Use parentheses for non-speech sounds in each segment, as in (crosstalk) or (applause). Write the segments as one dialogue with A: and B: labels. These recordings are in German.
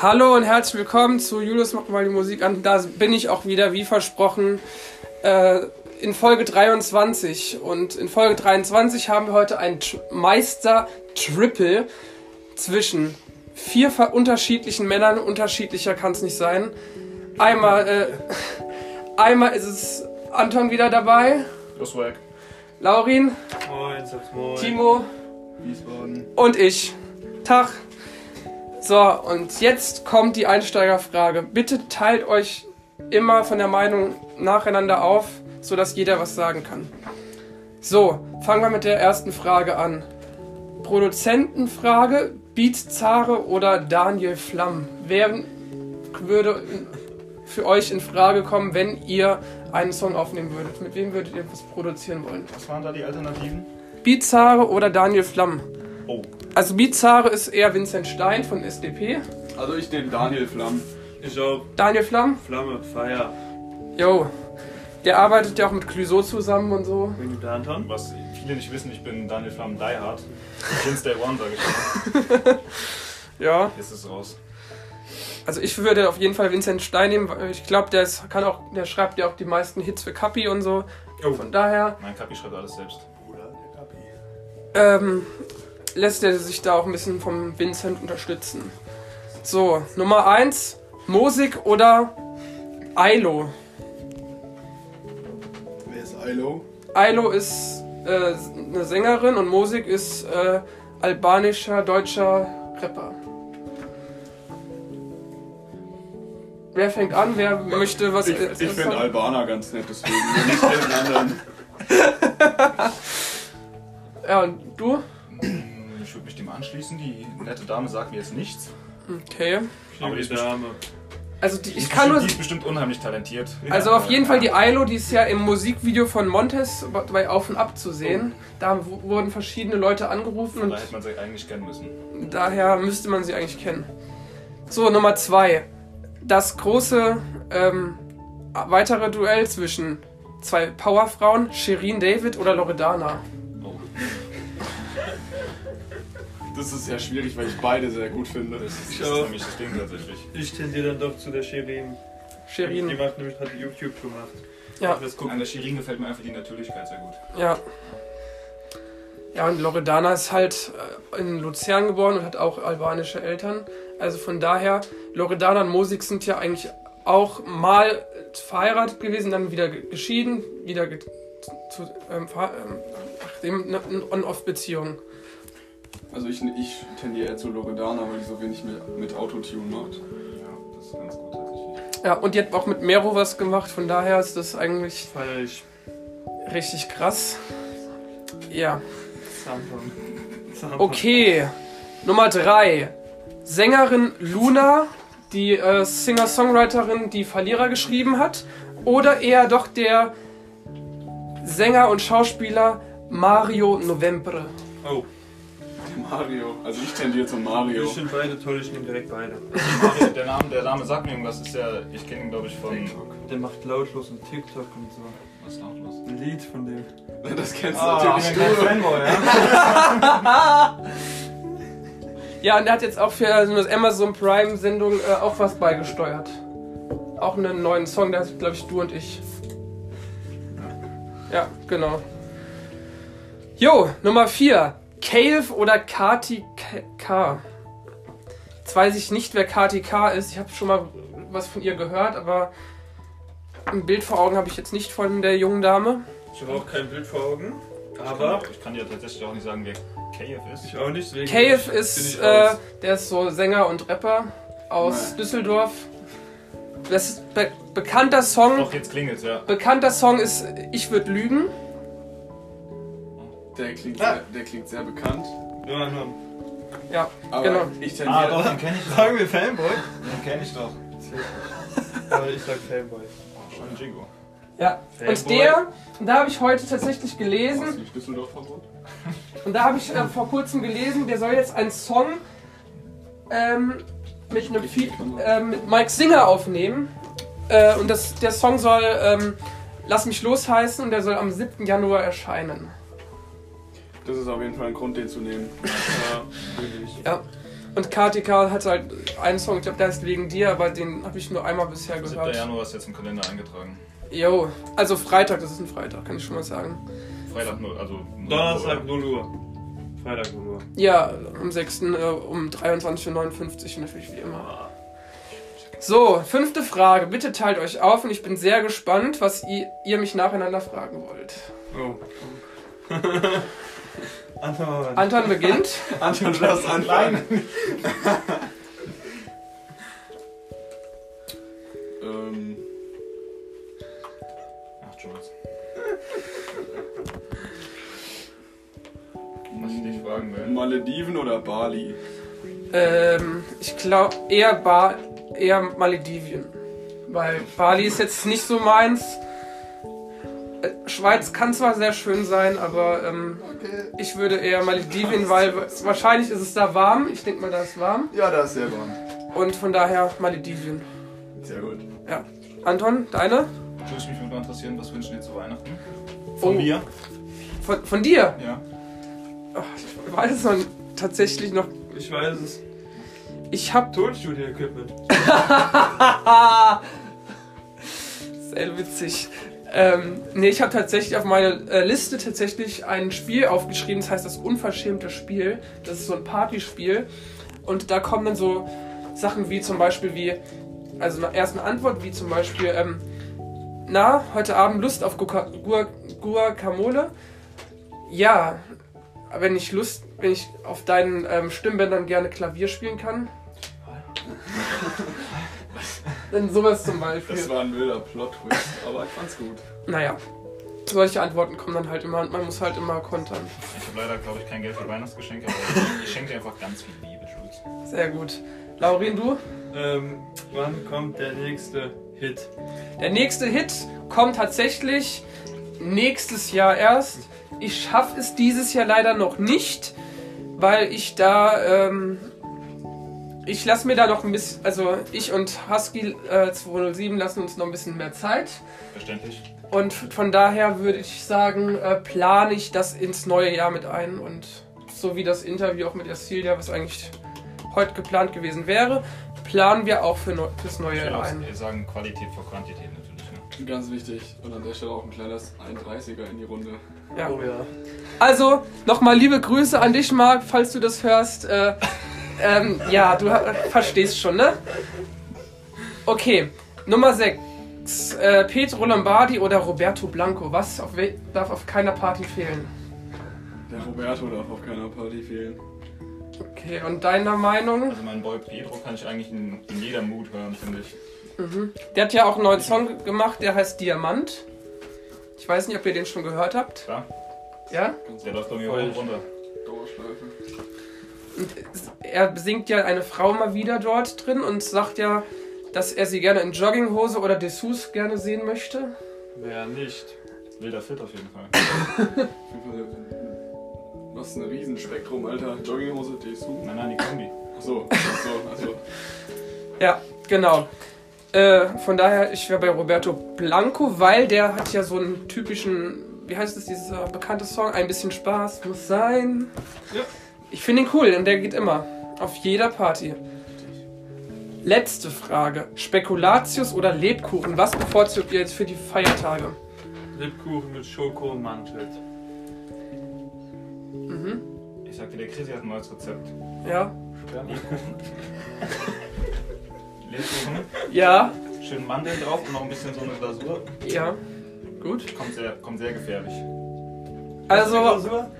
A: Hallo und herzlich willkommen zu Julius macht mal die Musik an. Da bin ich auch wieder, wie versprochen, äh, in Folge 23. Und in Folge 23 haben wir heute ein Tr- Meister-Triple zwischen vier ver- unterschiedlichen Männern. Unterschiedlicher kann es nicht sein. Einmal, äh, (laughs) einmal ist es Anton wieder dabei,
B: Das Swag.
A: Laurin,
C: Moin, sag's moin.
A: Timo
B: Wiesbaden.
A: und ich. Tag. So, und jetzt kommt die Einsteigerfrage. Bitte teilt euch immer von der Meinung nacheinander auf, sodass jeder was sagen kann. So, fangen wir mit der ersten Frage an. Produzentenfrage, Beatzare oder Daniel Flamm? Wer würde für euch in Frage kommen, wenn ihr einen Song aufnehmen würdet? Mit wem würdet ihr was produzieren wollen?
B: Was waren da die Alternativen?
A: Bizarre oder Daniel Flamm?
B: Oh.
A: Also Bizarre ist eher Vincent Stein von SDP.
B: Also ich nehme Daniel Flamm.
C: Ich auch.
A: Daniel Flamm?
C: Flamme, Feier.
A: Jo. Der arbeitet ja auch mit Clouseau zusammen und so.
C: Wenn du da Anton?
D: Was viele nicht wissen, ich bin Daniel Flamm Die Hard. Since Day One, sag ich mal.
A: Ja.
D: Jetzt ist es raus.
A: Also ich würde auf jeden Fall Vincent Stein nehmen, weil ich glaube, der ist, kann auch, der schreibt ja auch die meisten Hits für Kapi und so. Von daher
D: Mein Kapi schreibt alles selbst.
A: ähm, lässt er sich da auch ein bisschen vom Vincent unterstützen. So, Nummer 1, Mosik oder Ailo.
B: Wer ist Ilo?
A: Ailo ist äh, eine Sängerin und Mosik ist äh, albanischer, deutscher Rapper. Wer fängt an? Wer möchte was?
B: Ich,
A: äh,
B: ich finde
A: was-
B: Albaner ganz nett, deswegen (laughs) bin ich den anderen.
A: Ja, und du?
D: Hm, Ich würde mich dem anschließen. Die nette Dame sagt mir jetzt nichts.
A: Okay.
D: Aber die
C: die
D: ist bestimmt,
C: Dame.
A: Also die,
D: die
A: ich
D: ist
A: kann
D: bestimmt,
A: nur.
D: die ist bestimmt unheimlich talentiert.
A: Also auf jeden Fall die Ailo, die ist ja im Musikvideo von Montes bei Auf und Ab zu sehen. Da w- wurden verschiedene Leute angerufen
D: Da
A: und
D: hätte man sie eigentlich kennen müssen.
A: Daher müsste man sie eigentlich kennen. So, Nummer zwei. Das große ähm, weitere Duell zwischen zwei Powerfrauen, Shirin David oder Loredana.
D: (laughs) Oh,
B: Das ist sehr schwierig, weil ich beide sehr gut finde.
D: das ist,
C: Ich
D: das
C: auch.
D: ist nämlich das Ding tatsächlich.
C: Ich tendiere dann doch zu der Shirin. Die
A: Shirin.
C: macht nämlich, hat YouTube gemacht.
A: Ja,
C: Das
D: An
C: gucken.
D: der Shirin gefällt mir einfach die Natürlichkeit sehr gut.
A: ja. Ja, und Loredana ist halt äh, in Luzern geboren und hat auch albanische Eltern. Also von daher, Loredana und Mosik sind ja eigentlich auch mal verheiratet gewesen, dann wieder ge- geschieden, wieder ge zu, ähm, verha- ähm, ach, dem- ne- eine On-Off-Beziehung.
B: Also ich, ich tendiere eher zu Loredana, weil die so wenig mit, mit Autotune macht.
D: Ja, das ist ganz gut tatsächlich.
A: Ja, und die hat auch mit Mero was gemacht, von daher ist das eigentlich
C: Falsch.
A: richtig krass. Ja,
C: Anton. Anton.
A: okay. Nummer 3. Sängerin Luna, die äh, Singer-Songwriterin, die Verlierer geschrieben hat. Oder eher doch der Sänger und Schauspieler Mario Novembre.
C: Oh,
B: Der Mario. Also ich tendiere zu Mario.
C: ich finde beide toll, ich nehme direkt beide.
D: Mario, der, Name, der Name sagt mir irgendwas. Ist ja, ich kenne ihn glaube ich von...
C: Der macht lautlos und TikTok und so.
D: Was ist da los?
C: Ein Lied von dem.
B: (laughs) Das kennst du
D: Ah, ich
B: natürlich
D: bin kein
B: du.
D: Fanboy, ja?
A: Ja, und der hat jetzt auch für so eine Amazon Prime-Sendung äh, auch was beigesteuert. Auch einen neuen Song, der heißt, glaube ich, Du und ich. Ja, genau. Jo, Nummer 4. Cave oder Kati K- K? Jetzt weiß ich nicht, wer Kati K ist. Ich habe schon mal was von ihr gehört, aber ein Bild vor Augen habe ich jetzt nicht von der jungen Dame.
C: Ich habe auch kein Bild vor Augen.
D: Aber
C: Aber.
D: ich kann dir tatsächlich auch nicht sagen, wer KF ist.
C: Ich auch nicht. deswegen
A: Cave
C: bin
A: ist,
C: ich
A: äh,
C: raus.
A: der ist so Sänger und Rapper aus
B: Nee.
A: Düsseldorf. Das ist be bekannter Song.
D: Doch, jetzt klingelt's, ja.
A: Bekannter Song ist Ich würde lügen.
B: Der klingt,
C: Ah.
B: sehr, der klingt sehr bekannt.
A: äh,
C: Ja, Anton.
A: Ja,
B: Aber
A: genau.
B: ich
D: Ah,
B: tendiere.
D: doch, den kenne ich doch.
C: Sagen wir Fanboy?
D: Den kenne ich doch.
C: Aber ich sag Fanboy.
D: Schon Jigo.
A: Ja. Und der, und da habe ich heute tatsächlich
B: Hast du
A: gelesen,
B: nicht Düsseldorf-Verbot?
A: und da habe ich äh, vor kurzem gelesen, der soll jetzt einen Song ähm, mit, einem Fe äh, mit Mike Singer aufnehmen. Äh, und das, der Song soll ähm, Lass mich los heißen und der soll am 7. Januar erscheinen.
B: Das ist auf jeden Fall ein Grund, den zu nehmen. (laughs)
C: Ja, will ich.
A: Ja. Und Kati Karl hat halt einen Song, ich glaube, der heißt Wegen dir, aber den habe ich nur einmal bisher
D: 7.
A: gehört.
D: Januar ist jetzt im Kalender eingetragen.
A: Jo, also Freitag, das ist ein Freitag, kann ich schon mal sagen.
D: Freitag nur, also. nur-
C: Donnerstag 0 Uhr. Freitag 0 Uhr.
A: Ja, am 6. äh, um 23.59 Uhr natürlich wie immer. So, fünfte Frage. Bitte teilt euch auf und ich bin sehr gespannt, was ihr, ihr mich nacheinander fragen wollt.
C: Oh. (laughs) Anton.
A: Anton beginnt.
B: Anton, du darfst anfangen. (laughs) ähm,
D: Ach, Jonas. Was ich dich fragen will.
B: Malediven oder Bali?
A: Ähm, ich glaube eher, ba eher Maledivien. Weil Bali ist jetzt nicht so meins. Äh, Schweiz kann zwar sehr schön sein, aber ähm,
B: Okay.
A: ich würde eher Maledivien, weil wa- wahrscheinlich ist es da warm. Ich denke mal, da ist warm.
B: Ja, da ist sehr warm.
A: Und von daher Maledivien.
B: Sehr gut.
A: Ja. Anton, deine?
D: Jules, mich würde mal interessieren, was wünschen dir zu Weihnachten?
A: Oh.
D: Von mir?
A: Von, von dir?
D: Ja.
A: Ach, ich weiß es noch, tatsächlich noch.
C: Ich weiß es.
A: Ich hab.
C: Tonstudio-Equipment.
A: Sehr witzig. Ähm, nee, ich habe tatsächlich auf meine äh, Liste tatsächlich ein Spiel aufgeschrieben, das heißt das unverschämte Spiel. Das ist so ein Partyspiel. Und da kommen dann so Sachen wie zum Beispiel wie, also eine erste Antwort wie zum Beispiel, ähm, na, heute Abend Lust auf Guca- Gua- Guacamole? Ja, wenn ich Lust, wenn ich auf deinen ähm, Stimmbändern gerne Klavier spielen kann. Dann sowas zum Beispiel.
B: Das war ein wilder Plot-Twist, aber ich fand's gut.
A: Naja, solche Antworten kommen dann halt immer und man muss halt immer kontern.
D: Ich habe leider, glaube ich, kein Geld für Weihnachtsgeschenke, aber ich schenke dir einfach ganz viel Liebe, Jules.
A: Sehr gut. Laurin, du?
C: Ähm, wann kommt der nächste Hit?
A: Der nächste Hit kommt tatsächlich nächstes Jahr erst. Ich schaffe es dieses Jahr leider noch nicht, weil ich da. Ähm, ich lasse mir da noch ein bisschen. Also, ich und Husky äh, 207 lassen uns noch ein bisschen mehr Zeit.
D: Verständlich.
A: Und von daher würde ich sagen, äh, plane ich das ins neue Jahr mit ein. Und so wie das Interview auch mit der Silja, was eigentlich heute geplant gewesen wäre, planen wir auch für neu, fürs neue
D: Ich will
A: Jahr
D: auch
A: ein.
D: sagen, Qualität vor Quantität natürlich. Ne?
B: Ganz wichtig. Und an der Stelle auch ein kleines 31er in die Runde.
A: Oh, Ja.
C: ja.
A: Also, nochmal liebe Grüße an dich, Marc, falls du das hörst. Äh, ähm, ja, du ha- verstehst schon, ne? Okay, Nummer 6. Äh, Pedro Lombardi oder Roberto Blanco. Was auf wel- darf auf keiner Party fehlen?
B: Der Roberto darf auf keiner Party fehlen.
A: Okay, und deiner Meinung?
D: Also mein Boy Pedro kann ich eigentlich in, in jeder Mut hören, finde ich.
A: Der hat ja auch einen neuen Song gemacht, der heißt Diamant. Ich weiß nicht, ob ihr den schon gehört habt.
D: Klar.
A: Ja?
B: Ganz
D: Der läuft bei mir hoch
C: Voll.
D: und runter.
B: Dauerschleife.
A: Er singt ja eine Frau mal wieder dort drin und sagt ja, dass er sie gerne in Jogginghose oder Dessous gerne sehen möchte.
C: Wer nicht?
D: Wilder Fit auf jeden Fall.
B: Auf jeden Fall, Was ein Riesenspektrum, Alter. Jogginghose, DSU.
D: Nein, nein, die Kombi.
B: Achso, achso, also.
A: Ja, genau. Äh, von daher, ich wäre bei Roberto Blanco, weil der hat ja so einen typischen, wie heißt es, dieser bekannte Song, ein bisschen Spaß muss sein.
C: Ja.
A: Ich finde ihn cool und der geht immer. Auf jeder Party. Letzte Frage. Spekulatius oder Lebkuchen? Was bevorzugt ihr jetzt für die Feiertage?
C: Lebkuchen mit Schoko ummantelt.
A: Mhm.
D: Ich sagte, der Chrissy hat ein neues Rezept.
A: Ja.
D: Lebkuchen,
A: Ja.
D: schön Mandeln drauf und noch ein bisschen so eine Glasur.
A: Ja. Gut.
D: Kommt sehr, kommt sehr gefährlich.
A: Also,
C: Glasur?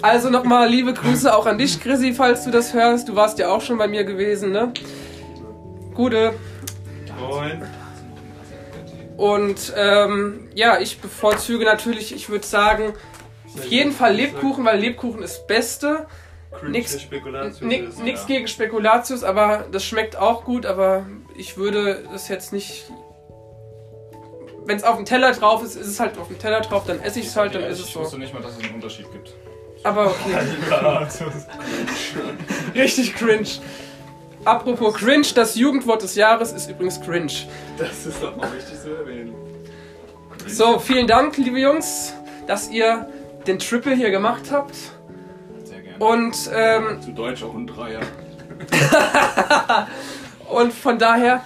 A: also nochmal liebe Grüße auch an dich, Chrissy, falls du das hörst. Du warst ja auch schon bei mir gewesen, ne? Gute.
C: Moin.
A: Und ähm, ja, ich bevorzuge natürlich, ich würde sagen, auf jeden Fall Lebkuchen, weil Lebkuchen ist Beste. nix-
C: Nix. Spekulation.
A: Nick,
C: nix.
A: nix gegen Spekulatius, aber das schmeckt auch gut, aber ich würde es jetzt nicht. Wenn es auf dem Teller drauf ist, ist es halt auf dem Teller drauf, dann esse ich es halt, dann ist es
D: ich
A: so.
D: wusste nicht mal, dass es einen Unterschied gibt.
A: Aber okay, richtig cringe. Apropos cringe, das Jugendwort des Jahres ist übrigens cringe.
B: Das ist doch mal wichtig zu erwähnen.
A: So, vielen Dank, liebe Jungs, dass ihr den Triple hier gemacht habt.
D: Sehr gerne.
A: Und ähm,
B: Zu Deutsch auch ein Dreier.
A: Und von daher,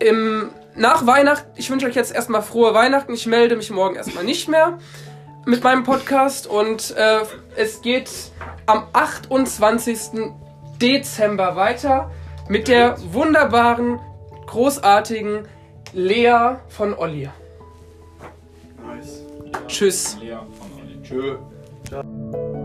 A: im, nach Weihnachten, ich wünsche euch jetzt erstmal frohe Weihnachten. Ich melde mich morgen erstmal nicht mehr mit meinem Podcast. Und äh, es geht am 28. Dezember weiter mit der wunderbaren, großartigen Lea von Olli.
B: Nice.
A: Tschüss.
D: Lea von Olli.
B: Tschö.